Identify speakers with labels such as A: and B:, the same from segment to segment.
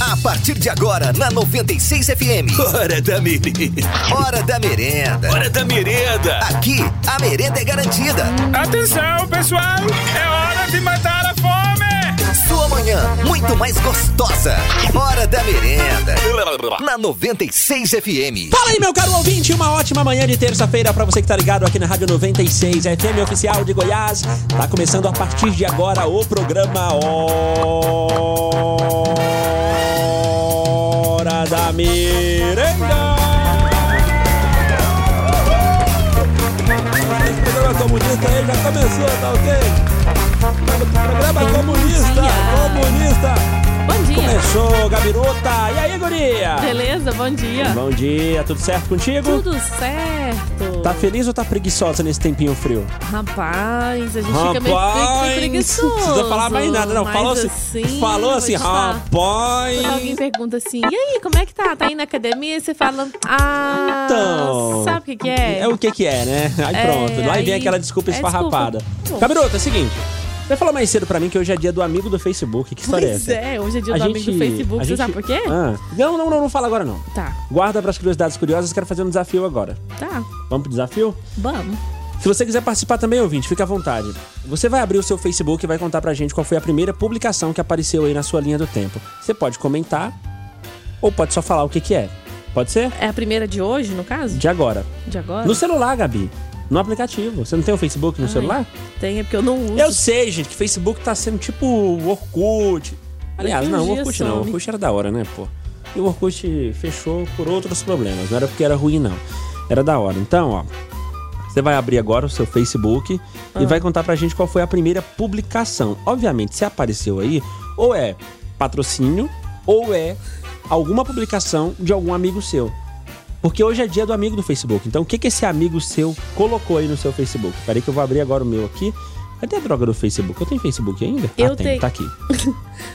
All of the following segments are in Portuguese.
A: A partir de agora, na 96 FM.
B: Hora da merenda.
A: Hora da merenda.
B: Hora da merenda.
A: Aqui, a merenda é garantida.
C: Atenção, pessoal! É hora de matar a fome!
A: Sua manhã, muito mais gostosa. Hora da merenda. Na 96 FM.
D: Fala aí, meu caro ouvinte. Uma ótima manhã de terça-feira para você que tá ligado aqui na Rádio 96 FM Oficial de Goiás. Tá começando a partir de agora o programa Hora da Merenda. Esse programa comunista aí já começou, tá ok? Programa comunista, comunista.
E: Bom dia.
D: Começou, Gabirota. E aí, guria?
E: Beleza, bom dia.
D: Bom dia, tudo certo contigo?
E: Tudo certo.
D: Tá feliz ou tá preguiçosa nesse tempinho frio?
E: Rapaz, a gente fica meio pre- preguiçoso.
D: Não precisa falar mais nada, não.
E: Mas
D: Falou assim, falou
E: eu
D: assim,
E: vou te falar.
D: rapaz.
E: Quando tá- alguém pergunta assim, e aí, como é que tá? Tá indo na academia? Você fala, ah,
D: Então.
E: sabe o que que é?
D: É o que que é, né? Aí
E: É,
D: pronto, lá vem
E: aí-
D: aquela desculpa
E: é
D: esfarrapada.
E: desculpa. Bom.
D: Gabirota, é o seguinte. Você falou mais cedo pra mim que hoje é dia do amigo do Facebook. Que história
E: Pois
D: é essa?
E: é, hoje é dia
D: A
E: do amigo do Facebook,
D: a
E: você
D: gente-
E: sabe por quê?
D: Ah, não, não, não, não fala agora não.
E: Tá,
D: Guarda pras curiosidades curiosas, quero fazer um desafio agora.
E: tá,
D: Vamos pro desafio?
E: vamos.
D: Se você quiser participar também, ouvinte, fica à vontade. Você vai abrir o seu Facebook e vai contar pra gente qual foi a primeira publicação que apareceu aí na sua linha do tempo. Você pode comentar ou pode só falar o que que é. Pode ser?
E: É a primeira de hoje, no caso?
D: De agora.
E: De agora?
D: No celular, Gabi. No aplicativo. Você não tem o Facebook no
E: Ai,
D: celular?
E: Tem, é porque eu não uso.
D: Eu sei, gente, que Facebook tá sendo tipo o Orkut. Aliás,
E: Daqui uns
D: não, o
E: dias
D: Orkut não. O
E: some.
D: Orkut era da hora, né, pô? E o Orkut fechou por outros problemas. Não era porque era ruim, não. Era da hora. Então, ó. Você vai abrir agora o seu Facebook e vai contar pra gente qual foi a primeira publicação. Obviamente, se apareceu aí, ou é patrocínio, ou é alguma publicação de algum amigo seu. Porque hoje é dia do amigo do Facebook. Então, o que, que esse amigo seu colocou aí no seu Facebook? Peraí que eu vou abrir agora o meu aqui. Cadê a droga do Facebook? Eu tenho Facebook ainda?
E: Eu
D: ah, tem.
E: tenho.
D: Tá aqui.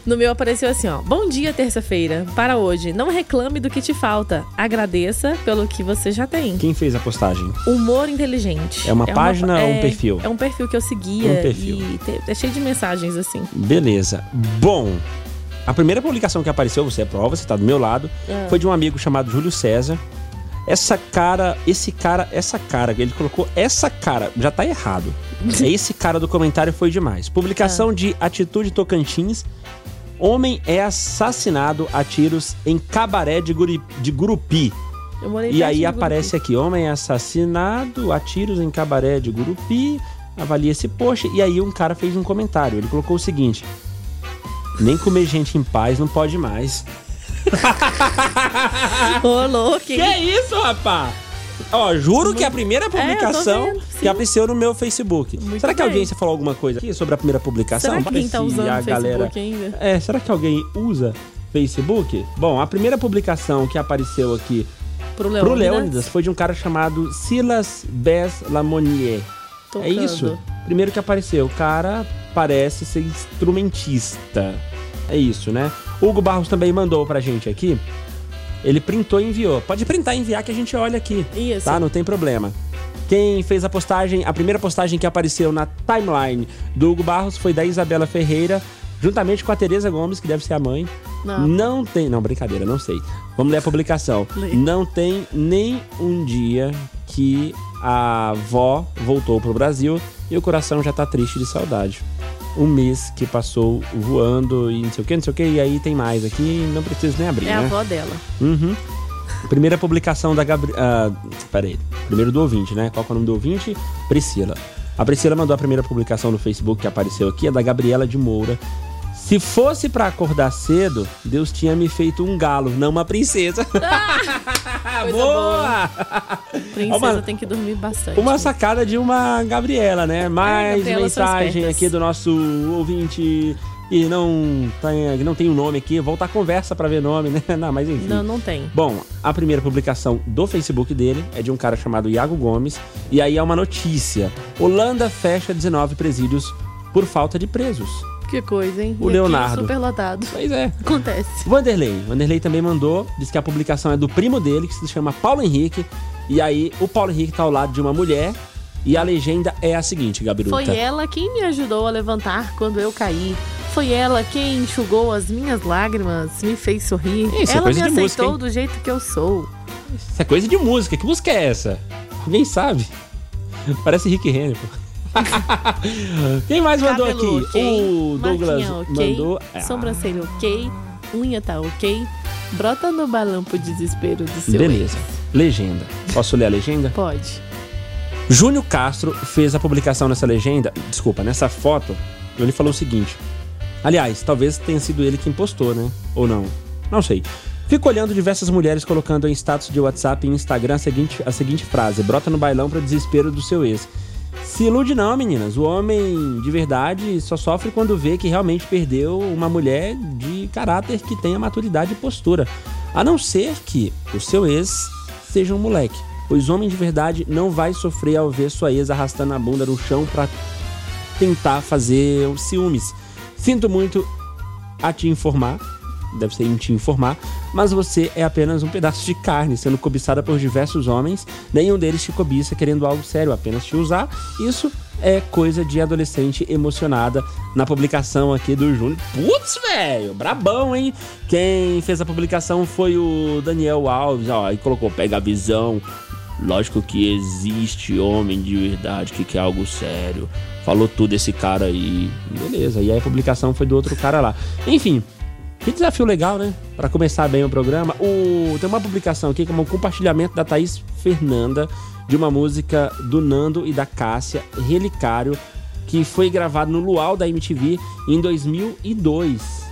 E: No meu apareceu assim, ó. Bom dia, terça-feira. Para hoje, não reclame do que te falta. Agradeça pelo que você já tem.
D: Quem fez a postagem?
E: Humor inteligente.
D: É uma página ou um
E: é-
D: perfil?
E: É um perfil que eu seguia.
D: Um perfil.
E: E te- é cheio de mensagens, assim.
D: Beleza. Bom, a primeira publicação que apareceu, você é prova, você tá do meu lado, foi de um amigo chamado Júlio César. Essa cara, esse cara, essa cara, ele colocou essa cara, já tá errado. Esse cara do comentário foi demais. Publicação de Atitude Tocantins. Homem é assassinado a tiros em cabaré de, guri, de Gurupi.
E: Eu morei
D: E
E: perto
D: aí
E: de
D: aparece aqui, homem é assassinado a tiros em cabaré de Gurupi, avalia esse post, e aí um cara fez um comentário, ele colocou o seguinte, nem comer gente em paz não pode mais.
E: Gurupi. Ô, louco, hein?
D: isso, rapaz? Ó, juro que é a primeira publicação
E: eu tô vendo,
D: que
E: sim.
D: apareceu no meu Facebook.
E: Muito
D: será que a
E: bem.
D: audiência falou alguma coisa aqui sobre a primeira publicação?
E: Será que quem tá
D: Parece
E: usando o
D: a
E: Facebook
D: galera...
E: ainda?
D: É, será que alguém usa Facebook? Bom, a primeira publicação que apareceu aqui
E: Pro Leônidas.
D: Pro Leônidas foi de um cara chamado Silas Bess Lamonier. É
E: Tocando.
D: isso? Primeiro que apareceu, o cara parece ser instrumentista. É isso, né? Hugo Barros também mandou pra gente aqui. Ele printou e enviou. Pode printar e enviar que a gente olha aqui.
E: Isso.
D: Tá? Não tem problema. Quem fez a postagem, a primeira postagem que apareceu na timeline do Hugo Barros foi da Isabela Ferreira, juntamente com a Tereza Gomes, que deve ser a mãe.
E: Não. é
D: Não tem. Não, brincadeira, não sei. Vamos ler a publicação.
E: Lê.
D: Não tem nem um dia que a avó voltou pro Brasil e o coração já tá triste de saudade. Um mês que passou voando e não sei o que, não sei o que, e aí tem mais aqui, não preciso nem abrir,
E: É a
D: né?
E: avó dela.
D: Uhum. Primeira publicação da Gabriela. peraí. Primeiro do ouvinte, né? Qual que é o nome do ouvinte? Priscila. A Priscila mandou a primeira publicação no Facebook que apareceu aqui, é da Gabriela de Moura. Se fosse pra acordar cedo, Deus tinha me feito um galo, não uma princesa.
E: Ah! coisa
D: Boa!
E: Princesa
D: Uma-
E: tem que dormir bastante.
D: Uma sacada de uma Gabriela, né? Mais
E: Gabriela, suas
D: mensagem
E: pernas.
D: aqui do nosso ouvinte e não tem, não tem o nome aqui. Voltar a conversa pra ver nome, né? Não, mas enfim.
E: Não, não tem.
D: Bom, a primeira publicação do Facebook dele é de um cara chamado Iago Gomes, e aí é uma notícia. Holanda fecha 19 presídios por falta de presos.
E: Que coisa, hein? é
D: O Leonardo.
E: Super lotado.
D: Pois é.
E: Acontece.
D: Vanderlei. Vanderlei também mandou, diz que a publicação é do primo dele, que se chama Paulo Henrique, e aí o Paulo Henrique tá ao lado de uma mulher, e a legenda é a seguinte, Gabiruta.
E: Foi ela quem me ajudou a levantar quando eu caí. foi ela quem enxugou as minhas lágrimas, me fez sorrir.
D: Isso é
E: ela
D: coisa
E: me
D: de música,
E: aceitou
D: hein?
E: do jeito que eu sou.
D: Isso é coisa de música. Que música é essa? Ninguém sabe. Parece Rick Renner, pô. Quem mais mandou
E: Cabelo
D: aqui?
E: ok,
D: o Douglas
E: marquinha ok,
D: mandou. Ah,
E: sobrancelha ok, unha tá ok, brota no balão pro desespero do seu ex.
D: beleza. Legenda. Posso ler a legenda?
E: Pode.
D: Júnior Castro fez a publicação nessa legenda, desculpa, nessa foto, ele falou o seguinte. Aliás, talvez tenha sido ele quem postou, né? Ou não. Não sei. Fico olhando diversas mulheres colocando em status de WhatsApp e Instagram a seguinte, a seguinte frase: brota no bailão para desespero do seu ex. Se ilude não, meninas. O homem de verdade só sofre quando vê que realmente perdeu uma mulher de caráter que tenha maturidade e postura. A não ser que o seu ex seja um moleque. Pois homem de verdade não vai sofrer ao ver sua ex arrastando a bunda no chão pra tentar fazer os ciúmes. Sinto muito a te informar, deve ser em te informar, mas você é apenas um pedaço de carne sendo cobiçada por diversos homens, nenhum deles te cobiça querendo algo sério, apenas te usar. Isso é coisa de adolescente emocionada na publicação aqui do Júnior. Putz, velho, brabão, hein? Quem fez a publicação foi o Daniel Alves, ó, e colocou pega a visão, Lógico que existe homem de verdade que quer algo sério. Falou tudo esse cara aí. Beleza. E aí a publicação foi do outro cara lá. Enfim, que desafio legal, né? Pra começar bem o programa. O... Tem uma publicação aqui que é um compartilhamento da Thaís Fernanda de uma música do Nando e da Cássia, Relicário, que foi gravado no Luau da MTV em 2002.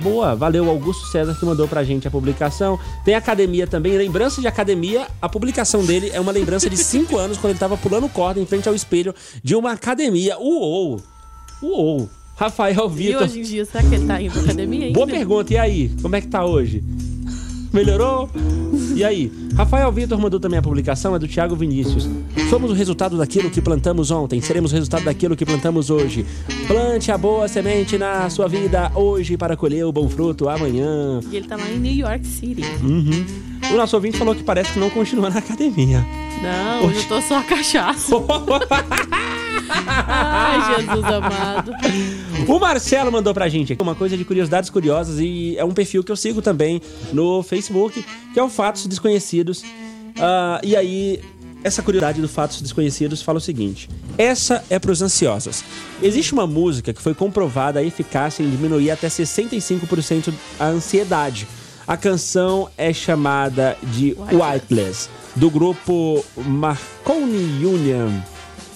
D: Boa, valeu Augusto César que mandou pra gente a publicação. Tem academia também, lembrança de academia. A publicação dele é uma lembrança de 5 anos quando ele tava pulando corda em frente ao espelho de uma academia. Uou! Uou! Rafael
E: E
D: Vitor.
E: hoje em dia, será que ele tá indo pra academia ainda?
D: Boa pergunta, e aí? Como é que tá hoje? Melhorou? E aí? Rafael Vitor mandou também a publicação, é do Thiago Vinícius. Somos o resultado daquilo que plantamos ontem, seremos o resultado daquilo que plantamos hoje. Plante a boa semente na sua vida hoje para colher o bom fruto amanhã.
E: E ele tá lá em New York City.
D: Uhum. O nosso ouvinte falou que parece que não continua na academia.
E: Não, hoje eu tô só a cachaça. Ai, Jesus amado.
D: O Marcelo mandou pra gente aqui uma coisa de curiosidades curiosas e é um perfil que eu sigo também no Facebook, que é o Fatos Desconhecidos. Ah, e aí, essa curiosidade do Fatos Desconhecidos fala o seguinte: essa é pros ansiosos. Existe uma música que foi comprovada a eficácia em diminuir até 65% a ansiedade. A canção é chamada de
E: Whiteless.
D: Whiteless, do grupo Marconi Union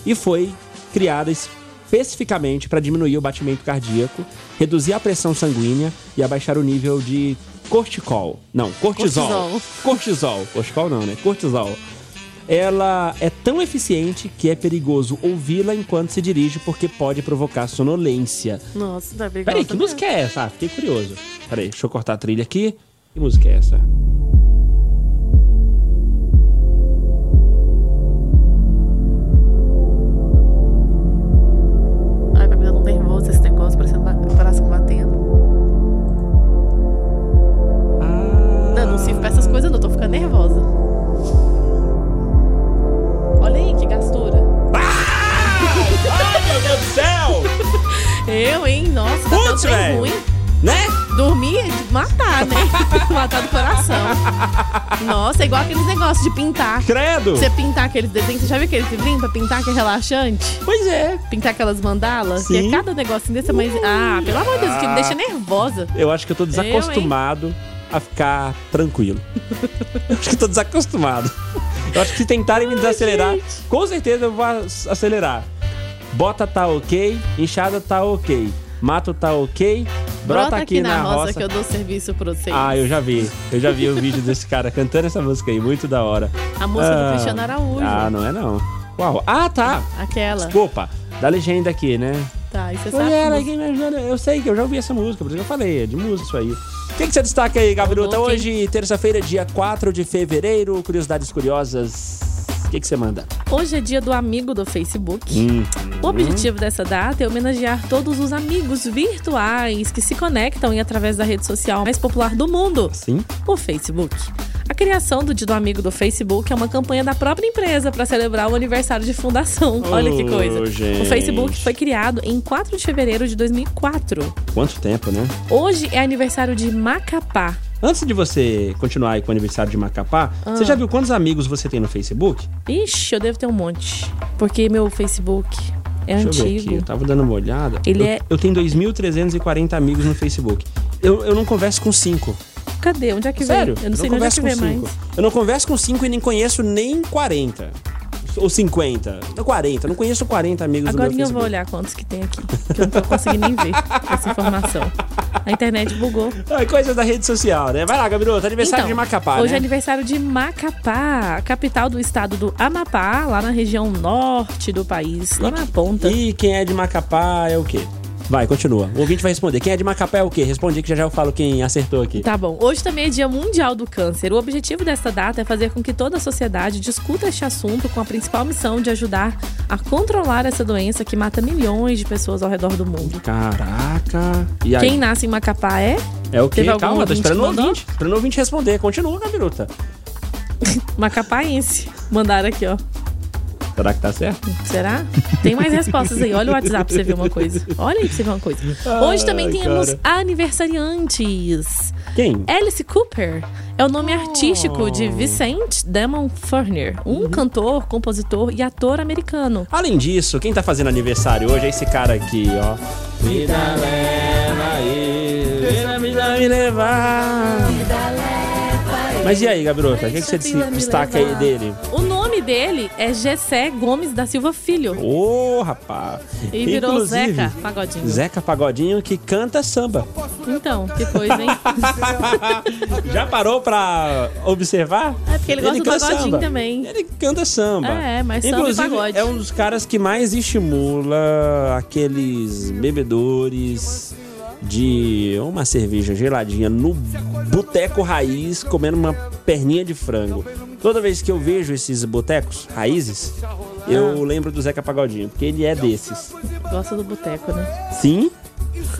D: e foi criada especificamente para diminuir o batimento cardíaco, reduzir a pressão sanguínea e abaixar o nível de corticol. Não, cortisol.
E: Cortisol.
D: Cortisol. Cortisol não, né? Cortisol. Ela é tão eficiente que é perigoso ouvi-la enquanto se dirige porque pode provocar sonolência.
E: Nossa, tá bem
D: Peraí, que música é essa? Ah, fiquei curioso. Peraí, deixa eu cortar a trilha aqui. Que música é essa?
E: Ai, tá me dando nervoso esse negócio, parecendo ba- coração batendo.
D: Ah.
E: Não, não sirvo pra essas coisas não, tô ficando nervosa. Olha aí que gastura.
D: Ai, meu Deus do céu!
E: Eu, hein? Nossa, tá
D: Putz,
E: tão bem
D: velho.
E: ruim.
D: né?
E: Dormir é de matar, né? matar do coração. Nossa, é igual aqueles negócios de pintar.
D: Credo!
E: Você pintar aqueles desenhos, você já viu aquele livrinho pra pintar que é relaxante?
D: Pois é,
E: Pintar aquelas mandalas? Que
D: Sim.
E: é cada negocinho desse, mas. Ah, pelo amor de Deus, que me deixa nervosa.
D: Eu acho que eu tô desacostumado a ficar tranquilo. eu acho que eu tô desacostumado. Eu acho que se tentarem me desacelerar,
E: gente.
D: com certeza eu vou ac- acelerar. Bota tá ok, enxada tá ok, mato tá ok, brota, aqui, na, roça.
E: que eu dou serviço pra vocês.
D: Ah, eu já vi. Eu já vi o vídeo desse cara cantando essa música aí, muito da hora.
E: A música
D: Ah,
E: do Cristiano Araújo.
D: Ah, não é não. Qual? Ah, tá.
E: Aquela.
D: Desculpa. Da legenda aqui, né?
E: Tá, e você sabe.
D: Mulher,
E: que
D: alguém me ajudando. Eu sei que eu já ouvi essa música, por isso que eu falei, é de música isso aí. O que, que você destaca aí, Gabiruta?
E: Ok.
D: Hoje, terça-feira, dia 4 de fevereiro, curiosidades curiosas. O que, Hum. que você manda?
E: Hoje é dia do amigo do Facebook. O objetivo dessa data é homenagear todos os amigos virtuais que se conectam e através da rede social mais popular do mundo,
D: Sim.
E: o Facebook. A criação do Dia do Amigo do Facebook é uma campanha da própria empresa para celebrar o aniversário de
D: Hum.
E: fundação. Olha que coisa.
D: gente.
E: O Facebook foi criado em 4 de fevereiro de 2004.
D: Quanto tempo, né?
E: Hoje é aniversário de Macapá.
D: Antes de você continuar aí com o aniversário de Macapá,
E: Ah.
D: você já viu quantos amigos você tem no Facebook?
E: Ixi, eu devo ter um monte. Porque meu Facebook é
D: Deixa eu ver aqui, eu
E: antigo.
D: tava dando uma olhada.
E: Ele
D: eu,
E: é-
D: eu tenho 2.340 amigos no Facebook. Eu, eu não converso com cinco.
E: Cadê? Onde é que
D: Sério?
E: vem? Eu não sei onde é que
D: converso
E: vem
D: com
E: mais.
D: cinco. Eu não converso com cinco e nem conheço nem 40. Ou 50. Não, 40. Não conheço 40 amigos
E: Agora
D: do
E: eu
D: meu
E: vou
D: Facebook.
E: olhar quantos que tem aqui. Que eu não tô conseguindo nem ver essa informação. A internet bugou.
D: Ai, coisas é da rede social, né? Vai lá, Gabiroto. Aniversário de Macapá,
E: hoje é
D: né?
E: aniversário de Macapá, a capital do estado do Amapá, lá na região norte do país, lá na ponta.
D: E quem é de Macapá é o quê? Vai, continua. O ouvinte vai responder. Quem é de Macapá é o quê? Responde aí que já já eu falo quem acertou aqui.
E: Tá bom. Hoje também é Dia Mundial do Câncer. O objetivo desta data é fazer com que toda a sociedade discuta este assunto com a principal missão de ajudar a controlar essa doença que mata milhões de pessoas ao redor do mundo.
D: Caraca. E Tá aí?
E: Quem nasce em Macapá é?
D: É o quê?
E: Teve algum
D: Calma, tô
E: ouvinte
D: esperando
E: que
D: o
E: mandou?
D: ouvinte. Esperando o ouvinte responder. Continua, tá? Gabiruta.
E: Macapaense. Mandaram aqui, ó.
D: Será que tá certo?
E: Será? Tem mais respostas aí. Olha o WhatsApp pra você ver uma coisa. Olha aí pra você ver uma coisa. Hoje também
D: Ai,
E: temos
D: Ah, cara.
E: aniversariantes.
D: Quem?
E: Alice Cooper é o nome
D: Oh.
E: artístico de Vicente Damon Furner,
D: Uhum.
E: um cantor, compositor e ator americano.
D: Além disso, quem tá fazendo aniversário hoje é esse cara aqui, ó. Vida leva eu, vida me levar. Mas e aí, Gabrota? O que, que você
E: Deixa a vida me
D: destaca aí
E: levar.
D: dele?
E: O nome dele é Gessé Gomes da Silva Filho.
D: Ô, rapaz.
E: E virou
D: Inclusive,
E: Zeca Pagodinho.
D: Zeca Pagodinho que canta samba.
E: Então, que coisa, hein?
D: Já parou pra observar?
E: É, porque ele gosta do pagodinho também.
D: Ele canta samba.
E: É, mas samba e
D: Inclusive,
E: pagode.
D: é um dos caras que mais estimula aqueles bebedores de uma cerveja geladinha no boteco raiz, comendo uma perninha de frango. Toda vez que eu vejo esses botecos raízes,
E: Ah.
D: eu lembro do Zeca Pagodinho, porque ele é desses.
E: Gosta do boteco, né?
D: Sim.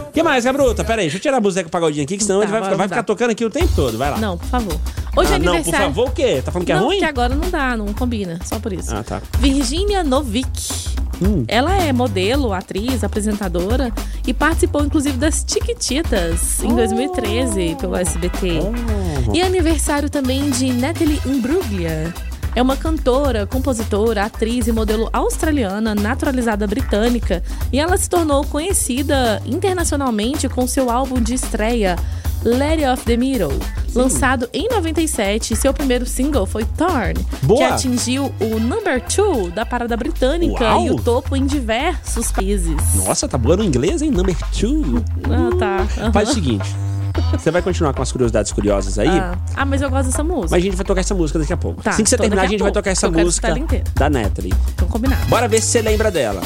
D: O que mais, Gabrota? Pera aí, deixa eu tirar a Zeca Pagodinho aqui, que senão
E: Tá,
D: ele vai,
E: bora
D: ficar- vai
E: mudar.
D: ficar tocando aqui o tempo todo. Vai lá.
E: Não, por favor. Hoje
D: Ah,
E: é
D: não, por
E: aniversário.
D: favor, o quê? Tá falando que é
E: não,
D: ruim?
E: porque agora não dá, não combina. Só por isso.
D: Ah, tá.
E: Virginia Novick.
D: Hum.
E: Ela é modelo, atriz, apresentadora e participou inclusive das Tiquititas
D: Ah.
E: em 2013 pelo SBT. E é aniversário também de Natalie Imbruglia. É uma cantora, compositora, atriz e modelo australiana naturalizada britânica. E ela se tornou conhecida internacionalmente com seu álbum de estreia, Lady of the Middle, lançado em 97. Seu primeiro single foi Torn, que
D: Boa!
E: atingiu o number two da parada britânica
D: Uau!
E: e o topo em diversos países.
D: Nossa, tá boa no inglês, hein? Number two.
E: Ah, tá.
D: Faz o seguinte. Você vai continuar com as curiosidades curiosas aí,
E: Ah, ah, mas eu gosto dessa música.
D: mas a gente vai tocar essa música daqui a pouco.
E: Tá,
D: assim que você
E: então
D: terminar, a
E: daqui a
D: gente vai
E: pouco,
D: tocar essa
E: que eu quero
D: música
E: escutar ela inteira.
D: da Natalie.
E: Então combinado.
D: Bora ver se você lembra dela.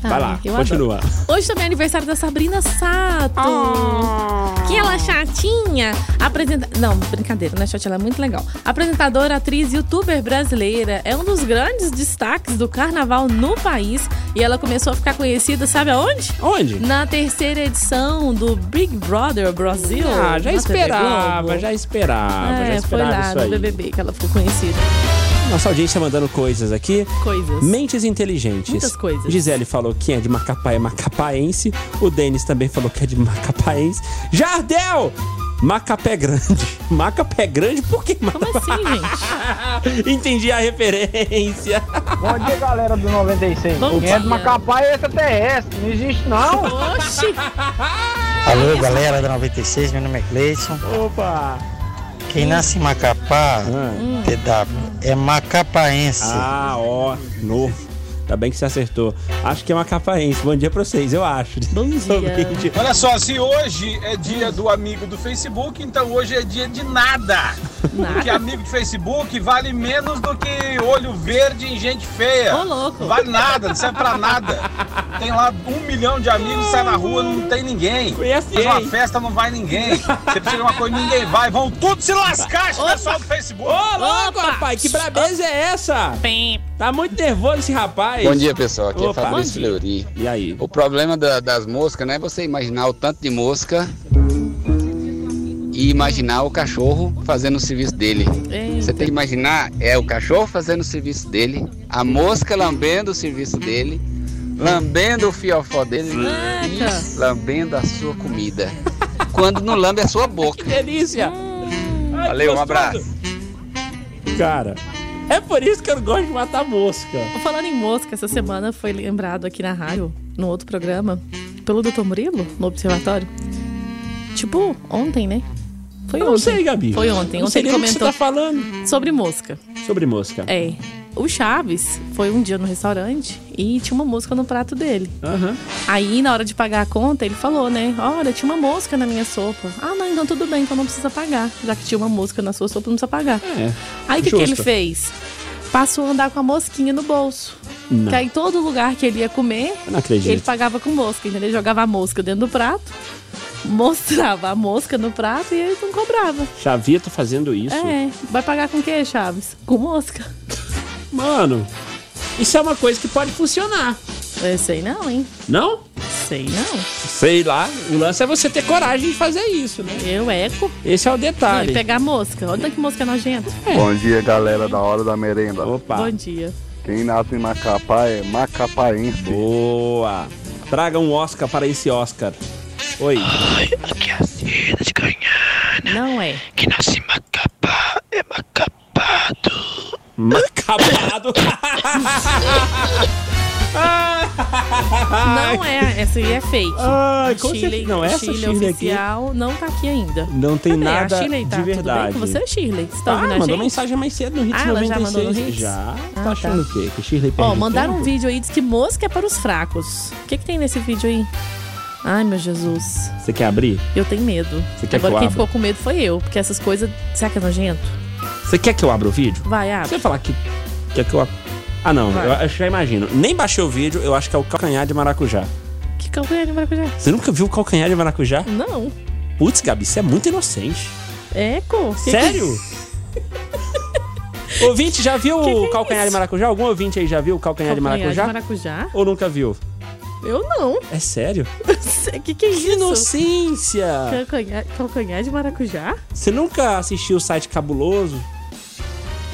D: Vai lá,
E: Tá, eu
D: continua.
E: adoro. Hoje também é aniversário da Sabrina Sato.
D: Ah.
E: Que ela é chatinha. Apresenta... Não, brincadeira, né, Chate? Ela é muito legal. Apresentadora, atriz, youtuber brasileira. É um dos grandes destaques do carnaval no país. E ela começou a ficar conhecida, sabe aonde?
D: Onde?
E: Na terceira edição do Big Brother Brasil.
D: Ah, já
E: na TV
D: esperava,
E: Globo.
D: já esperava, já
E: É, foi
D: esperava
E: lá
D: isso
E: no
D: aí.
E: BBB que ela ficou conhecida.
D: Nossa audiência mandando coisas aqui.
E: Coisas.
D: Mentes inteligentes.
E: Muitas coisas.
D: Gisele falou que é de Macapá é macapaense. O Denis também falou que é de macapaense. Jardel! Macapé grande. Macapé grande? Por que
E: Como
D: Macapé?
E: assim, gente?
D: Entendi a referência.
F: Bom dia, galera do 96.
E: Bom
F: Quem é de
E: dia.
F: Macapá é extraterrestre, não existe não.
E: Oxi!
G: Alô, galera da 96, meu nome é Gleison.
D: Opa!
G: Quem nasce em Macapá, TW, é macapaense.
D: Ah, ó. No. Tá bem que você acertou. Acho que é macapaense. Bom dia pra vocês, eu acho.
E: Bom dia.
D: Somente.
C: Olha só, se hoje é dia do amigo do Facebook, então hoje é dia de nada. Porque
E: Nada.
C: amigo de Facebook vale menos do que olho verde em gente feia.
E: Ô, louco.
C: Vale nada, não serve pra nada. Tem lá um milhão de amigos, sai na rua, não tem ninguém.
D: Conhece
C: Faz uma
D: quem?
C: festa, não vai ninguém. Você precisa de uma coisa, ninguém vai. Vão tudo se lascar, esse pessoal do Facebook.
D: Ô, louco,
E: Opa!
D: rapaz! Que brabeza é essa?
E: Pim.
D: Tá muito nervoso esse rapaz.
H: Bom dia, pessoal. Aqui
D: Opa.
H: é Fabrício
D: Bom dia.
H: Fleury.
D: E aí?
H: O problema da- das moscas, né? É você imaginar o tanto de mosca e imaginar o cachorro fazendo o serviço dele.
E: Eita.
H: Você tem que imaginar, é o cachorro fazendo o serviço dele, a mosca lambendo o serviço dele, lambendo o fiofó dele
E: Eita.
H: e lambendo a sua comida. Quando não lambe a sua boca.
D: Delícia!
H: Valeu, um abraço.
D: Cara, é por isso que eu gosto de matar mosca.
E: Falando em mosca, essa semana foi lembrado aqui na rádio, no outro programa, pelo Dr. Murilo, no observatório. Tipo, ontem, né? Foi
D: Eu não sei, Gabi.
E: Foi ontem.
D: Não
E: Ontem
D: sei
E: ele
D: nem o que você
E: comentou
D: tá falando.
E: sobre mosca.
D: Sobre mosca.
E: É. O Chaves foi um dia no restaurante e tinha uma mosca no prato dele.
D: Aham.
E: Aí, na hora de pagar a conta, ele falou, né? Olha, tinha uma mosca na minha sopa. Ah, não, então tudo bem, então não precisa pagar. Já que tinha uma mosca na sua sopa, não precisa pagar.
D: É.
E: Aí o que, que ele
D: Justo.
E: fez? Passou a andar com a mosquinha no bolso.
D: Não.
E: Que aí todo lugar que ele ia comer,
D: Eu não acredito.
E: ele pagava com mosca, entendeu? Ele jogava a mosca dentro do prato, mostrava a mosca no prato e ele não cobrava.
D: Chavito tá fazendo isso.
E: É, vai pagar com o quê, Chaves? Com mosca.
D: Mano, isso é uma coisa que pode funcionar.
E: Eu sei não, hein?
D: Não?
E: Sei não.
D: Sei lá. O lance é você ter coragem de fazer isso, né?
E: Eu eco.
D: Esse é o
E: Não, e
D: detalhe.
E: pegar a mosca. Olha que mosca nojenta.
D: É,
I: Bom dia, galera da Hora da Merenda.
D: Opa.
E: Bom dia.
I: Quem nasce em Macapá é macapaense.
D: Boa. Traga um Oscar para esse Oscar. Oi.
E: Não é.
D: Macabado.
E: Tá Não é. Essa aí é fake.
D: Ai, com
E: Shirley,
D: certeza. Não, essa
E: Shirley
D: Shirley aqui-
E: oficial não tá aqui ainda.
D: Não tem
E: Cadê?
D: nada
E: a Shirley
D: de
E: tá
D: verdade.
E: Tudo bem com você, Shirley? Você tá
D: Ah,
E: ouvindo a
D: mandou
E: gente?
D: mensagem mais cedo no Hits
E: Ah,
D: 96.
E: ela já mandou no Hits?
D: Já.
E: Ah,
D: tá
E: tá.
D: achando o quê? Que Shirley perde
E: Ó,
D: o
E: mandaram um
D: tempo?
E: vídeo aí, diz que mosca é para os fracos. O que que tem nesse vídeo aí? Ai, meu Jesus.
D: Você quer abrir?
E: Eu tenho medo.
D: Você quer que
E: Agora
D: eu
E: quem
D: abra?
E: ficou com medo foi eu, porque essas coisas... Será que é nojento?
D: Você quer que eu abra o vídeo? Ah,
E: Vai,
D: Você
E: abre.
D: vai falar que. Quer que eu. ab- Ah, não.
E: Vai.
D: Eu, acho que já imagino. Nem baixei o vídeo, eu acho que é o calcanhar de maracujá.
E: Que campanha de maracujá?
D: Você nunca viu o calcanhar de maracujá?
E: Não.
D: Putz, Gabi, você é muito inocente.
E: Eco. Que- é
D: Sério? ouvinte, já viu
E: que é
D: o calcanhar de
E: isso?
D: maracujá? Algum ouvinte aí já viu o calcanhar, de
E: Calcanhar
D: maracujá?
E: maracujá?
D: Ou nunca viu?
E: Eu não.
D: É sério?
E: que que é
D: Que
E: isso?
D: inocência!
E: Calcanhar, calcanhar de maracujá?
D: Você nunca assistiu o site cabuloso?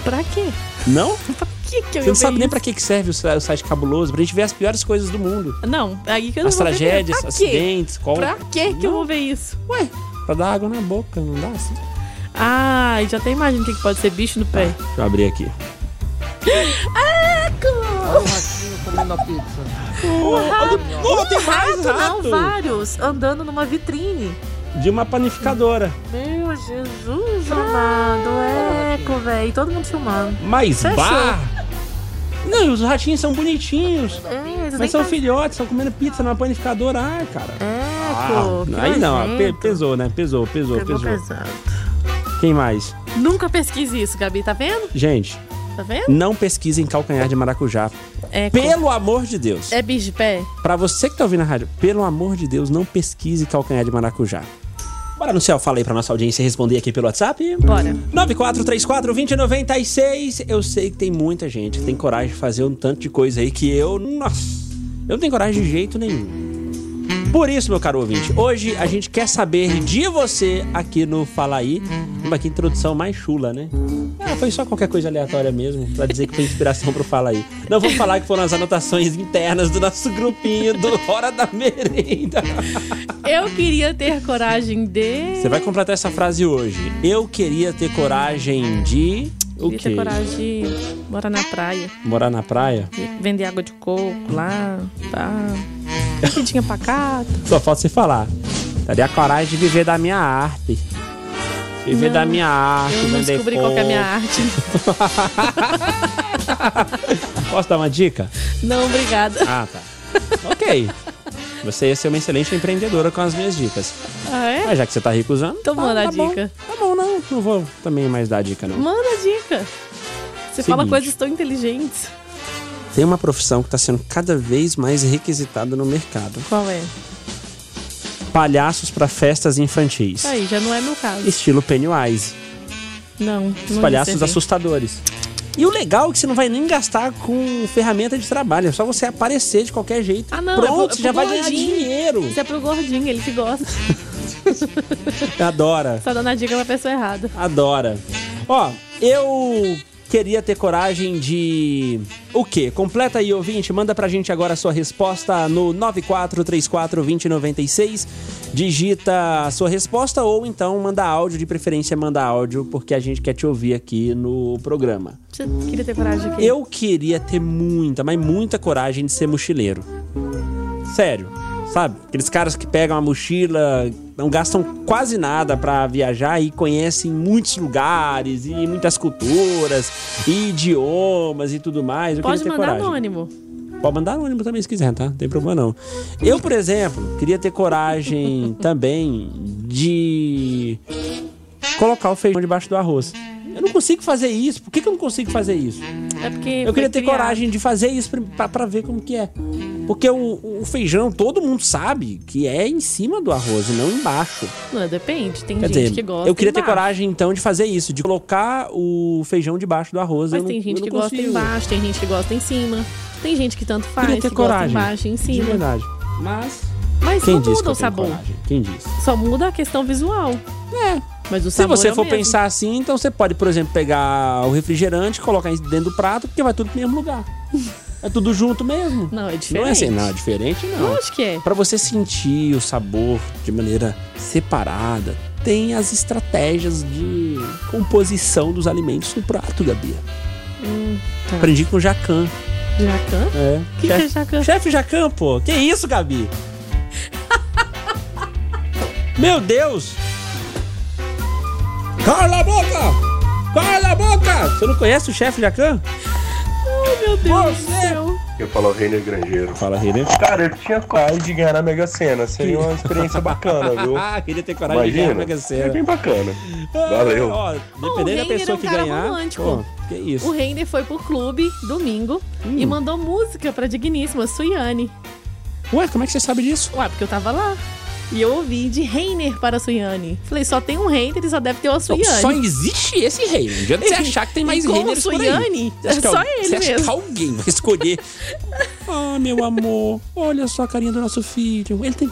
E: Pra quê?
D: Não?
E: Pra que que eu
D: Você
E: ia
D: não sabe
E: ver
D: nem pra que que serve o sa- o site cabuloso, pra gente ver as piores coisas do mundo.
E: isso? Não, aí que eu não
D: As
E: vou ver mesmo.
D: tragédias,
E: Pra quê?
D: acidentes, qual...
E: Pra que que eu vou ver isso?
D: Ué, pra dar água na boca, não dá assim?
E: Ai, já até imagino o que que pode ser bicho no pé.
D: Deixa eu abrir aqui. Eco! Porra, tem mais
E: Não,
D: rato!
E: vários andando numa vitrine.
D: De uma panificadora.
E: Meu Jesus amado, eco, velho. Todo mundo filmando.
D: Mas
E: Fechou.
D: bah! Não, os ratinhos são bonitinhos.
E: É,
D: Mas são filhotes, estão comendo pizza na panificadora. Ah, cara.
E: Eco. É, que
D: Ah, aí não, pe-
E: nojento.
D: pesou, né? Pesou, pesou,
E: Pegou
D: pesou.
E: pesado.
D: Quem mais?
E: Nunca pesquise isso, Gabi. Tá vendo?
D: Gente,
E: Tá vendo?
D: não pesquisem calcanhar de maracujá.
E: Eco.
D: Pelo amor de Deus.
E: É bicho de pé?
D: Pra você que tá ouvindo a rádio, pelo amor de Deus, não pesquise calcanhar de maracujá. Bora no céu, fala aí pra nossa audiência responder aqui pelo WhatsApp.
E: Bora.
D: 9434-2096. Eu sei que tem muita gente que tem coragem de fazer um tanto de coisa aí que eu. Nossa, eu não tenho coragem de jeito nenhum. Por isso, meu caro ouvinte, hoje a gente quer saber de você aqui no Fala Aí. Uma que introdução mais chula, né? Ah, foi só qualquer coisa aleatória mesmo, pra dizer que foi inspiração pro Fala Aí. Não vamos falar que foram as anotações internas do nosso grupinho do Hora da Merenda.
E: Eu queria ter coragem de.
D: Você vai completar essa frase hoje. Eu queria ter coragem de. O
E: Queria ter
D: quê?
E: coragem de morar na praia,
D: Morar na praia?
E: de vender água de coco lá, tá? Comidinha pacata.
D: Só falta você falar. Teria coragem de viver da minha arte. Viver da minha arte.
E: Eu não
D: vender
E: descobri qual que é a minha
D: coco.
E: arte.
D: Posso dar uma dica?
E: Não, obrigada.
D: Ah, tá. ok. Você ia ser uma excelente empreendedora com as minhas dicas.
E: Ah, é?
D: Mas já que você tá recusando.
E: Então manda a
D: bom.
E: dica.
D: Tá bom, não. Não vou também mais dar dica, não.
E: Manda a dica. Você fala
D: Seguinte.
E: coisas tão inteligentes.
D: Tem uma profissão que tá sendo cada vez mais requisitada no mercado:
E: Qual é?
D: palhaços pra festas infantis.
E: Aí, já não é meu caso.
D: Estilo Pennywise.
E: Não. é
D: Os palhaços assustadores. E o legal é que você não vai nem gastar com ferramenta de trabalho. É só você aparecer de qualquer jeito.
E: Ah, não, é pro-
D: Pronto,
E: é
D: você já
E: pro
D: vai ganhar
E: gordinho.
D: dinheiro.
E: Isso é pro gordinho, ele que gosta.
D: Adora.
E: Só dando a dica pra pessoa errada.
D: Adora. Ó, eu queria ter coragem de. O quê? Completa aí, ouvinte. Manda pra gente agora a sua resposta no 94342096. Digita a sua resposta ou então manda áudio, de preferência manda áudio, porque a gente quer te ouvir aqui no programa.
E: Você queria ter coragem aqui?
D: Eu queria ter muita, mas muita coragem de ser mochileiro. Sério, sabe? Aqueles caras que pegam a mochila, não gastam quase nada pra viajar e conhecem muitos lugares e muitas culturas, e idiomas e tudo mais. Eu
E: Pode
D: queria ter
E: mandar
D: coragem.
E: anônimo.
D: Pode mandar anônimo também se quiser, tá? Não tem problema não. Eu, por exemplo, queria ter coragem também de colocar o feijão debaixo do arroz. Eu não consigo fazer isso. Por que, que eu não consigo fazer isso?
E: É porque.
D: Eu queria ter coragem de fazer isso pra, pra ver como que é. Porque o, o feijão, todo mundo sabe que é em cima do arroz e não embaixo.
E: Não, depende. Tem
D: Quer
E: gente
D: dizer,
E: que gosta.
D: eu queria ter
E: embaixo.
D: coragem, então, de fazer isso, de colocar o feijão debaixo do arroz.
E: Mas
D: eu
E: tem
D: não,
E: gente
D: eu
E: que
D: não
E: gosta
D: consigo.
E: embaixo, tem gente que gosta em cima. Tem gente que tanto faz,
D: Queria ter
E: que
D: coragem.
E: gosta embaixo e em
D: De
E: cima.
D: verdade. Mas.
E: Mas
D: Quem
E: não
D: disse que
E: né? muda
D: eu
E: o
D: tenho
E: sabor.
D: coragem? Quem disse?
E: Só muda a questão visual. É. Mas o
D: Se
E: sabor
D: você
E: é o
D: for
E: mesmo.
D: pensar assim, então você pode, por exemplo, pegar o refrigerante, colocar dentro do prato, porque vai tudo pro mesmo lugar. É tudo junto mesmo.
E: Não, é
D: Não
E: diferente.
D: é assim, não, é diferente não.
E: Lógico que é.
D: Pra você sentir o sabor de maneira separada, tem as estratégias de composição dos alimentos no prato, Gabi.
E: tá.
D: Aprendi com o Jacan.
E: Jacan?
D: É.
E: O que, que é jacan?
D: Chefe Jacan, pô. Que isso, Gabi? Meu Deus! Cala a boca! Cala a boca! Você não conhece o chefe Jacan?
E: Ai, meu Deus do céu.
J: Eu falo Reiner Grangeiro.
D: Fala, Renê.
J: Cara, eu tinha coragem de ganhar na Mega Sena. Seria uma experiência bacana, viu?
D: Ah, queria ter coragem de né? ganhar,
J: Imagina.
D: Mega
J: É
D: Sena.
J: bem bacana. Valeu.
D: Ó,
E: O
D: dependendo da
E: Reiner
D: pessoa
E: é um
D: que
E: cara
D: ganhar.
E: romântico.
D: pô, que isso.
E: O Reiner foi pro clube domingo
D: Hum.
E: e mandou música pra digníssima Suiane.
D: Ué, como é que você sabe disso?
E: Ué, porque eu tava lá. E eu ouvi de Reiner para Suiane. Falei, só tem um Reiner e só é deve ter uma
D: Só-
E: Suiane.
D: Só existe esse rei. Não adianta você achar que tem mais
E: e como
D: Reiners por aí.
E: Suiane,
D: Você
E: é
D: acha que
E: só
D: al-
E: ele
D: você acha que
E: mesmo.
D: alguém vai escolher. Ah, meu amor, olha só a carinha do nosso filho. Ele tem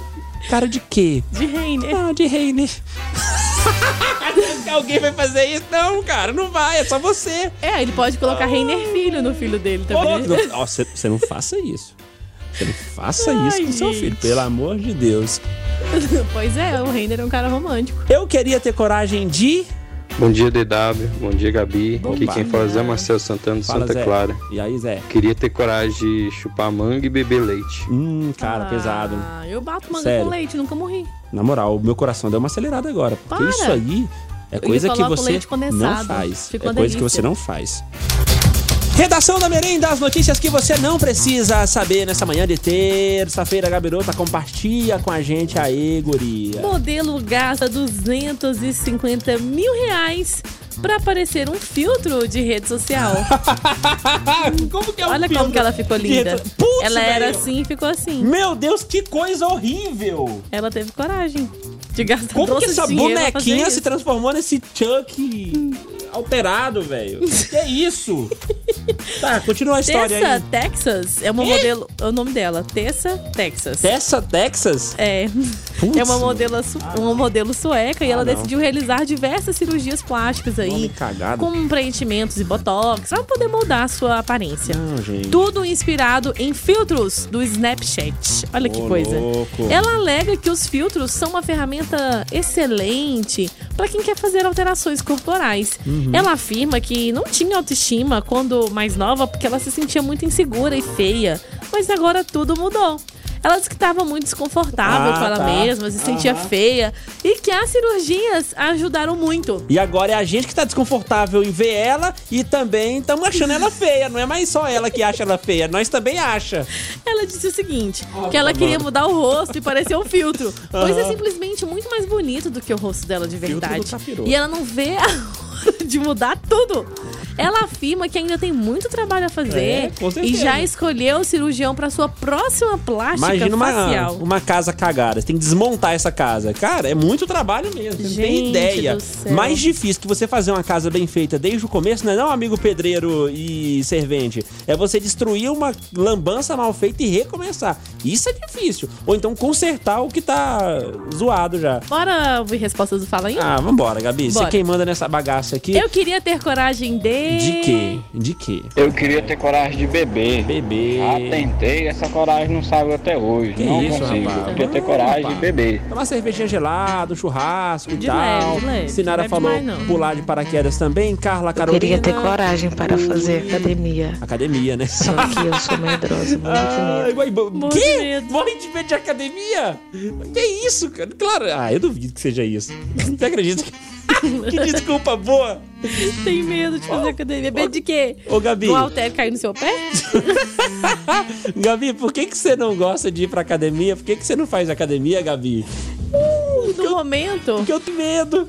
D: cara de quê?
E: De Reiner.
D: Ah, de Reiner. alguém vai fazer isso? Não, cara, não vai. É só você.
E: É, ele pode colocar Reiner filho no filho dele tá também.
D: Não- Nossa, você não faça isso. Você não faça
E: Ai,
D: isso com seu
E: gente.
D: filho, pelo amor de Deus.
E: pois é, o Reiner é um cara romântico.
D: Eu queria ter coragem de.
K: Bom dia, DW. Bom dia, Gabi.
E: Bom
K: Aqui
D: dia.
K: quem fala é Zé Marcelo Santana de
D: Fala,
K: Santa
D: Zé.
K: Clara.
D: E aí, Zé?
K: Queria ter coragem de chupar manga e beber leite.
D: Hum, cara,
E: Ah,
D: pesado.
E: Eu bato manga
D: Sério.
E: com leite, nunca morri.
D: Na moral, o meu coração deu uma acelerada agora. Porque
E: Para.
D: isso aí é coisa que
E: falar com
D: você
E: leite condensado.
D: não faz.
E: Ficou
D: é
E: uma
D: coisa que você
E: delícia.
D: não faz. Redação da Merenda, as notícias que você não precisa saber nessa manhã de terça-feira, Gabirota. Compartilha com a gente aí, guria.
E: Modelo gasta 250 mil reais pra aparecer um filtro de rede social.
D: como que é o
E: Olha
D: filtro
E: como que ela ficou
D: de
E: linda.
D: retra- Putz,
E: ela era
D: velho. Hum?
E: assim e ficou assim.
D: Meu Deus, que coisa horrível!
E: Ela teve coragem de gastar
D: Como
E: todo
D: que
E: esse
D: essa
E: dinheiro pra
D: bonequinha
E: fazer Hum.
D: se transformou nesse Chuck alterado, velho? que é isso? tá, continua a
E: isso.
D: história
E: Tessa
D: aí.
E: Texas é uma modelo. É o nome dela. Tessa Texas.
D: Tessa, Texas?
E: É.
D: Putz, Ah,
E: é uma modelo, su- uma modelo sueca e ela decidiu realizar diversas cirurgias plásticas
D: Nome
E: aí.
D: cagado.
E: Com preenchimentos e botox, pra poder moldar a sua aparência.
D: Não, gente.
E: Tudo inspirado em filtros do Snapchat. Olha que
D: Ô,
E: coisa. É um
D: louco.
E: Ela alega que os filtros são uma ferramenta excelente para quem quer fazer alterações corporais.
D: Uhum.
E: Ela afirma que não tinha autoestima quando mais nova porque ela se sentia muito insegura e feia, mas agora tudo mudou. Ela disse que estava muito desconfortável
D: Ah,
E: com ela
D: tá.
E: mesma, se sentia
D: Aham.
E: feia e que as cirurgias a ajudaram muito.
D: E agora é a gente que tá desconfortável em ver ela e também estamos achando ela feia. Não é mais só ela que acha ela feia, nós também acha.
E: Ela disse o seguinte: que
D: tá
E: ela queria mudar o rosto e parecer um filtro. Pois é simplesmente muito mais bonito do que o rosto dela de
D: Filtro do
E: verdade.
D: capiroto.
E: E ela não vê a hora de mudar tudo. Ela afirma que ainda tem muito trabalho a
D: É,
E: fazer
D: com
E: e
D: certeza.
E: já escolheu o cirurgião para sua próxima plástica
D: Imagina uma,
E: é facial.
D: uma casa cagada. Você tem que desmontar essa casa. Cara, é muito trabalho mesmo. Você não tem
E: Gente
D: ideia.
E: do céu.
D: Mais difícil que você fazer uma casa bem feita desde o começo, não é não, amigo pedreiro e servente. É você destruir uma lambança mal feita e recomeçar. Isso é difícil. Ou então consertar o que tá zoado já.
E: Bora ouvir respostas do Fala aí?
D: Ah, vambora, Gabi.
E: Bora.
D: Você quem manda nessa bagaça aqui?
E: Eu queria ter coragem de...
D: De quê? De quê?
L: Eu queria ter coragem de beber.
D: Beber.
K: Ah,
L: Já tentei, essa coragem não saiu até hoje.
D: Que
L: não
D: isso,
L: consigo.
D: rapaz?
L: Eu queria ter
D: Não,
L: coragem
D: rapaz.
L: de beber.
D: Tomar cervejinha gelada, um churrasco e
L: De
D: tal.
L: leve, de leve. Não
D: Sinara
L: bebe
D: falou
L: demais, não.
D: pular de paraquedas também. Carla Carolina.
M: queria ter coragem para fazer academia.
D: Academia, né? Só que eu sou medrosa, morro de medo. Ai, bo-
E: Morro
D: que?
E: de medo.
D: Morre de medo de academia? Que isso, cara? Claro. Ah, eu duvido que seja isso. Você acredita que... que desculpa boa.
E: Tem medo de fazer academia. Medo de quê?
D: Ô, Gabi.
E: O halter cair no seu pé?
D: Gabi, por que, que você não gosta de ir pra academia? Por que, que você não faz academia, Gabi?
E: No momento... Porque
D: eu tenho medo.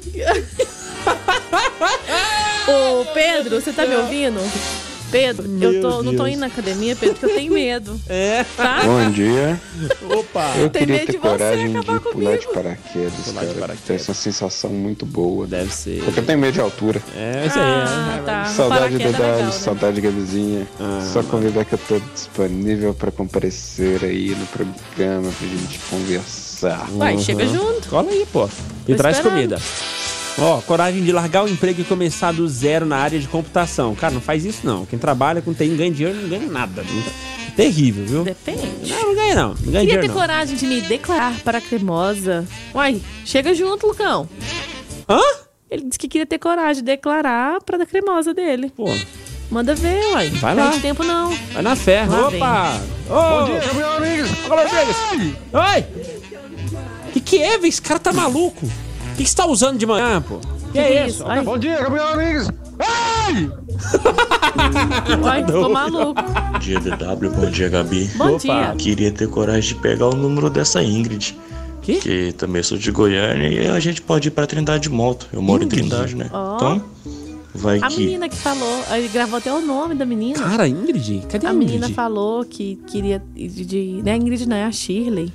E: Ô, Pedro, você
D: É.
E: tá me ouvindo? Pedro, eu tô, não tô
I: Deus.
E: indo na academia, Pedro, porque eu tenho medo.
D: É.
E: Tá?
I: Bom dia.
D: Opa.
K: Eu
E: Tem
K: queria
E: medo
K: ter
E: de você
K: coragem de
E: acabar
K: pular de paraquedas, cara. Tem essa sensação muito boa.
D: Deve ser.
K: Porque eu tenho medo de altura.
D: É,
E: isso aí, Ah, né? tá.
K: Saudade de
E: Paraquedas é legal,
K: idade,
E: né?
K: saudade de Gabizinha. Só convidar que eu tô disponível pra comparecer aí no programa pra gente conversar.
E: Vai, chega junto.
D: Cola aí, pô. E
E: Tô
D: traz
E: esperando.
D: comida. Ó, coragem de largar o emprego e começar do zero na área de computação. Cara, não faz isso não. Quem trabalha com TI não ganha dinheiro, não ganha nada. Terrível, viu?
E: Depende.
D: Não, não ganha não. Não ganha
E: Queria ter
D: dinheiro não.
E: coragem de me declarar para a cremosa. Uai, chega junto, Lucão.
D: Hã?
E: Ele disse que queria ter coragem de declarar para a cremosa dele.
D: Pô.
E: Manda ver, uai.
D: Vai
E: Não
D: lá.
E: perde tempo, não.
D: Vai na ferro.
E: Lá
D: Opa!
E: vem.
D: Ô,
E: Bom dia,
D: Gabriel Rodrigues. Gabriel Rodrigues. Oi! Que que é, velho? Esse cara tá maluco. O que que você tá usando de manhã, pô? Que é isso? Ai.
N: Bom dia, Gabriel Amigos. Ai!
E: Ai, ficou maluco.
O: Bom dia, DW. Bom dia, Gabi.
E: Bom Opa. dia.
O: Queria ter coragem de pegar o número dessa Ingrid.
D: Que?
O: também sou de Goiânia e a gente pode ir pra Trindade de moto. Eu moro em Trindade, né?
E: Ó.
O: Então, vai
E: A
O: que.
E: menina que falou, ele gravou até o nome da menina.
D: Cara, Ingrid? Cadê a,
E: a menina
D: Ingrid?
E: falou que queria de, de né, a Ingrid não é a Shirley.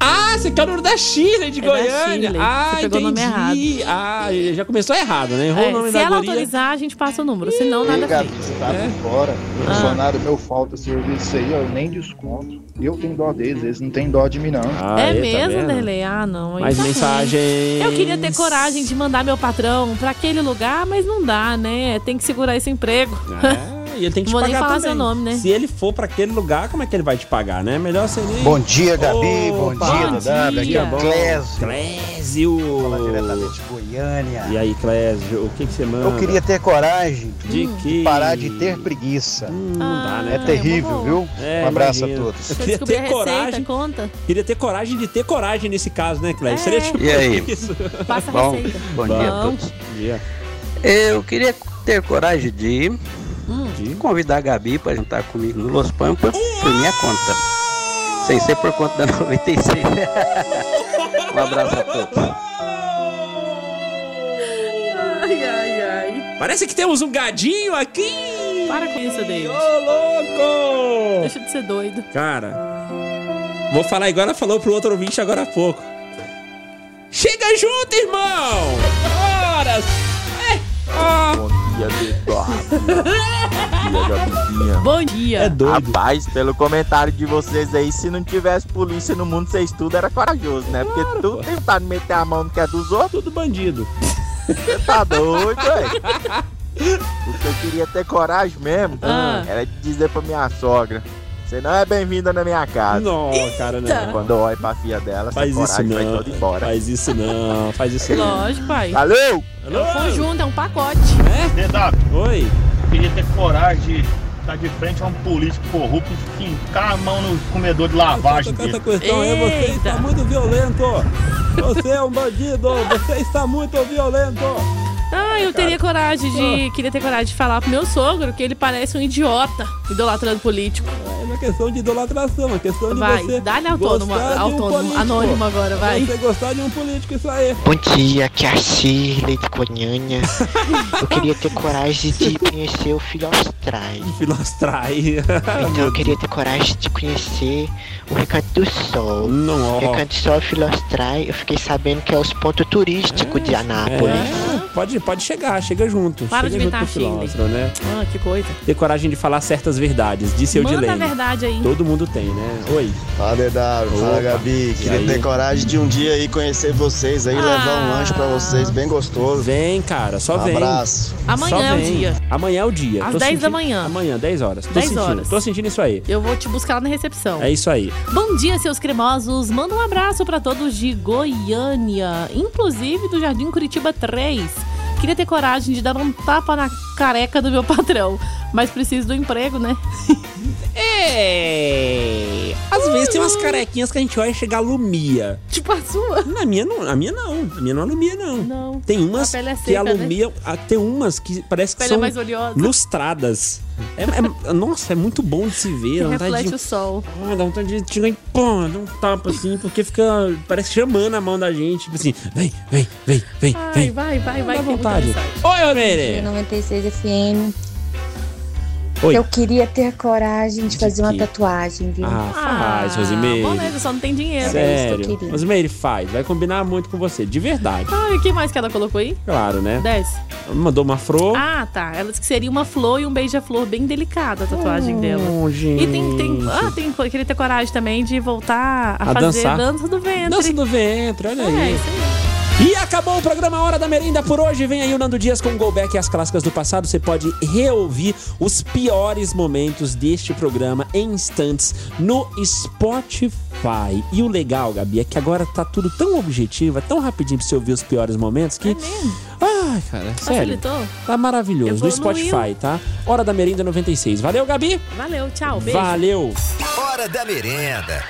D: Ah, você quer o número da Shirley de
E: É da
D: Goiânia.
E: Shirley.
D: Ah,
E: Você pegou o nome
D: entendi. Ah, já começou errado, né? Errou
E: É,
D: o nome
E: se
D: da
E: ela
D: guria.
E: autorizar, a gente passa o número, senão nada feito.
P: Você tá
Q: É.
P: fora.
Q: Ah.
P: Funcionário meu falta serviço aí, ó, eu nem desconto. Eu tenho dó deles, eles não têm dó de mim, não.
D: Ah, tá
E: é mesmo, Derlei? Ah, não. aí
P: Mais
E: tá ruim.
P: mensagens.
E: Eu queria ter coragem de mandar meu patrão pra aquele lugar, mas não dá, né? Tem que segurar esse emprego.
D: Ah, e ele tem que
E: Não vou
D: te
E: nem
D: pagar
E: falar
D: também.
E: seu nome, né?
D: Se ele for pra aquele lugar, como é que ele vai te pagar, né? Melhor você nem...
G: Bom dia, Gabi. bom
D: Opa.
G: dia, Dadá. Aqui é o Clésio.
D: Clésio.
G: diretamente de Goiânia.
D: E aí, Clésio, o que, que você manda?
G: Eu queria ter coragem
D: De que?
G: parar de ter preguiça.
D: não
E: Ah.
D: dá, né?
G: É terrível, viu?
D: É,
G: um abraço
D: imagino.
G: a todos.
D: Eu queria
E: Descobrir a
D: ter
E: receita,
D: coragem.
E: conta.
D: Queria ter coragem de ter coragem nesse caso, né, Clésio?
E: É.
D: Seria tipo
G: E aí?
D: isso.
E: Passa a
R: Bom,
E: receita.
R: bom dia a todos. Eu queria ter coragem de
Q: Hum.
R: convidar a Gabi para jantar comigo no Los Pampas por minha conta. Sem ser por conta da 96. um abraço a todos.
E: Ai, ai, ai.
D: Parece que temos um gadinho aqui.
E: Para com isso, David. Ô,
D: louco!
E: Deixa de ser doido.
D: Cara, vou falar igual ela falou pro outro ouvinte agora há pouco. Chega junto, irmão! Horas!
S: Bom dia, Dedado. Bom dia, Gabizinha.
E: Bom dia.
S: É doido. Rapaz, pelo comentário de vocês aí, se não tivesse polícia no mundo, vocês tudo era corajoso, né? Porque tudo tentando meter a mão no que é dos outros.
D: Tudo bandido.
S: Você tá doido, velho? O que eu queria ter coragem mesmo
E: Ah.
S: era de dizer pra minha sogra: Você não é bem-vinda na minha casa.
D: Não, cara, não.
S: Quando eu olho pra filha dela, essa
D: Faz isso
S: coragem vai
D: não.
S: toda embora.
D: Faz isso não, faz isso não.
E: Lógico, pai.
S: Valeu!
E: É um conjunto, é um pacote.
T: DW.
D: Oi.
T: Queria ter coragem de estar de frente a um político corrupto e fincar a mão no comedor de lavagem dele.
D: Essa questão é você está muito violento. Você é um bandido, você está muito violento.
E: Ah, eu teria teria coragem de. Queria ter coragem de falar pro meu sogro que ele parece um idiota idolatrando político.
D: É uma questão de idolatração, é uma questão de
E: Vai,
D: você
E: dá-lhe autônomo,
D: gostar de um
E: autônomo,
D: político.
E: anônimo agora, vai.
D: Você gostar de um político, isso aí.
U: Bom dia, aqui é a Shirley de Conhanha. Eu queria ter coragem de conhecer o Filostrai.
D: Filostrai.
U: Então eu queria ter coragem de conhecer o Recanto do Sol. O
D: Não.
E: É,
U: Recanto do Sol e o Filostrai, eu fiquei sabendo que é os pontos turísticos de Anápolis.
D: É, pode, pode chegar, chega junto.
E: Para de
D: chega junto
E: imitar
D: com o
E: a Shirley.
D: filósofo, né?
E: Ah, que coisa.
D: Ter coragem de falar certas verdades, disse eu de
E: Manda a
D: lei.
E: verdade aí.
D: Todo mundo tem, né? Oi.
V: É. Fala, DW. Fala,
D: Opa.
V: Gabi.
D: E aí?
V: Queria ter coragem de um dia aí conhecer vocês aí, levar um lanche pra vocês, bem gostoso.
D: Vem, cara, só vem.
V: Abraço.
E: Amanhã
D: Só
E: é o
D: vem.
E: dia.
D: Amanhã é o dia.
E: Às
D: Tô
E: 10 da
D: sentindo-
E: manhã.
D: Amanhã, 10 horas. Tô
E: 10
D: sentindo,
E: horas.
D: Tô sentindo isso aí.
E: Eu vou te buscar lá na recepção.
D: É isso aí.
E: Bom dia, seus cremosos. Manda um abraço pra todos de Goiânia, inclusive do Jardim Curitiba 3. Queria ter coragem de dar um tapa na careca do meu patrão, mas preciso do emprego, né?
D: É. Às vezes tem umas carequinhas que a gente olha e chega a lumia.
E: Tipo a sua?
D: Na minha não, a minha não. A minha não alumia, não.
E: Não.
D: Tem umas
E: A pele é
D: que
E: seca, né?
D: alumiam. ah, Tem umas que parece que
E: Pele é
D: são
E: mais oleosa.
D: lustradas. É- é- nossa, é muito bom de se ver.
E: Que
D: dá vontade
E: reflete
D: de-
E: o sol.
D: Ah, dá vontade de tirar e pô, dá um tapa assim, porque fica. Parece chamando a mão da gente. Tipo assim, vem, vem, vem, vem,
E: Vai,
D: vem.
E: vai, vai, vai.
D: Dá
E: que tem muita
D: vontade.
E: mensagem.
D: Oi,
Q: É.
D: Romere!
Q: 96 FM.
D: Oi.
Q: Eu queria ter coragem de fazer uma
D: quê?
Q: tatuagem, viu?
D: Ah,
E: tá né?
D: faz, Rosimeire.
E: Ah, Beleza, só não tem dinheiro.
D: Sério. Rosimeire, faz. Vai combinar muito com você, de verdade.
E: Ah, e o que mais que ela colocou aí?
D: Claro, né?
E: 10.
D: Mandou uma fro.
E: Ah, tá. Ela disse que seria uma flor e um beija-flor bem delicada a tatuagem dela.
D: Oh, gente.
E: E tem, tem, ah, tem co- queria ter coragem também de voltar a,
D: A
E: fazer
D: dançar.
E: dança do ventre.
D: Dança do ventre, olha
E: né? É,
D: aí.
E: isso
D: E acabou o programa Hora da Merenda por hoje. Vem aí o Nando Dias com o Go Back e as clássicas do passado. Você pode reouvir os piores momentos deste programa em instantes no Spotify. E o legal, Gabi, é que agora tá tudo tão objetivo, é tão rapidinho pra você ouvir os piores momentos
E: É
D: que. Ai, cara, sério.
E: Facilitou?
D: Tá maravilhoso. No
E: Evoluiu.
D: Spotify, tá? Hora da Merenda 96. Valeu, Gabi.
E: Valeu, tchau. Beijo.
D: Valeu.
A: Hora da merenda.